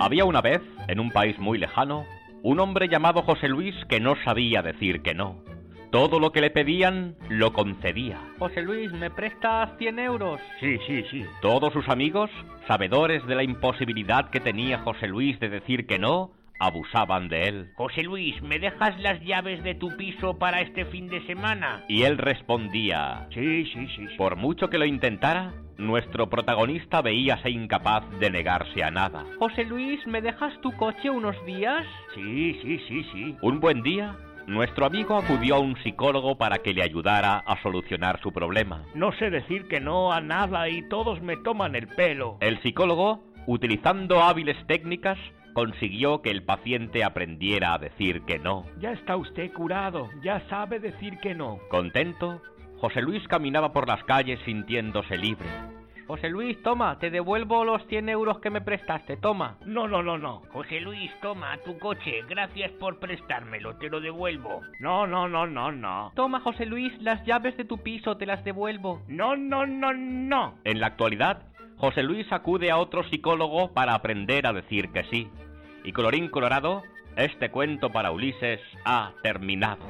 Había una vez, en un país muy lejano, un hombre llamado José Luis que no sabía decir que no. Todo lo que le pedían lo concedía. José Luis, ¿me prestas 100 euros? Sí, sí, sí. Todos sus amigos, sabedores de la imposibilidad que tenía José Luis de decir que no, abusaban de él. José Luis, ¿me dejas las llaves de tu piso para este fin de semana? Y él respondía, Sí, sí, sí. sí. por mucho que lo intentara, nuestro protagonista veíase incapaz de negarse a nada. José Luis, ¿me dejas tu coche unos días? Sí, sí, sí, sí. Un buen día, nuestro amigo acudió a un psicólogo para que le ayudara a solucionar su problema. No sé decir que no a nada y todos me toman el pelo. El psicólogo, utilizando hábiles técnicas, consiguió que el paciente aprendiera a decir que no. Ya está usted curado, ya sabe decir que no. Contento, José Luis caminaba por las calles sintiéndose libre. José Luis, toma, te devuelvo los 100 euros que me prestaste, toma. No, no, no, no. José Luis, toma tu coche. Gracias por prestármelo. Te lo devuelvo. No, no, no, no, no. Toma, José Luis, las llaves de tu piso, te las devuelvo. No, no, no, no. En la actualidad, José Luis acude a otro psicólogo para aprender a decir que sí. Y colorín colorado, este cuento para Ulises ha terminado.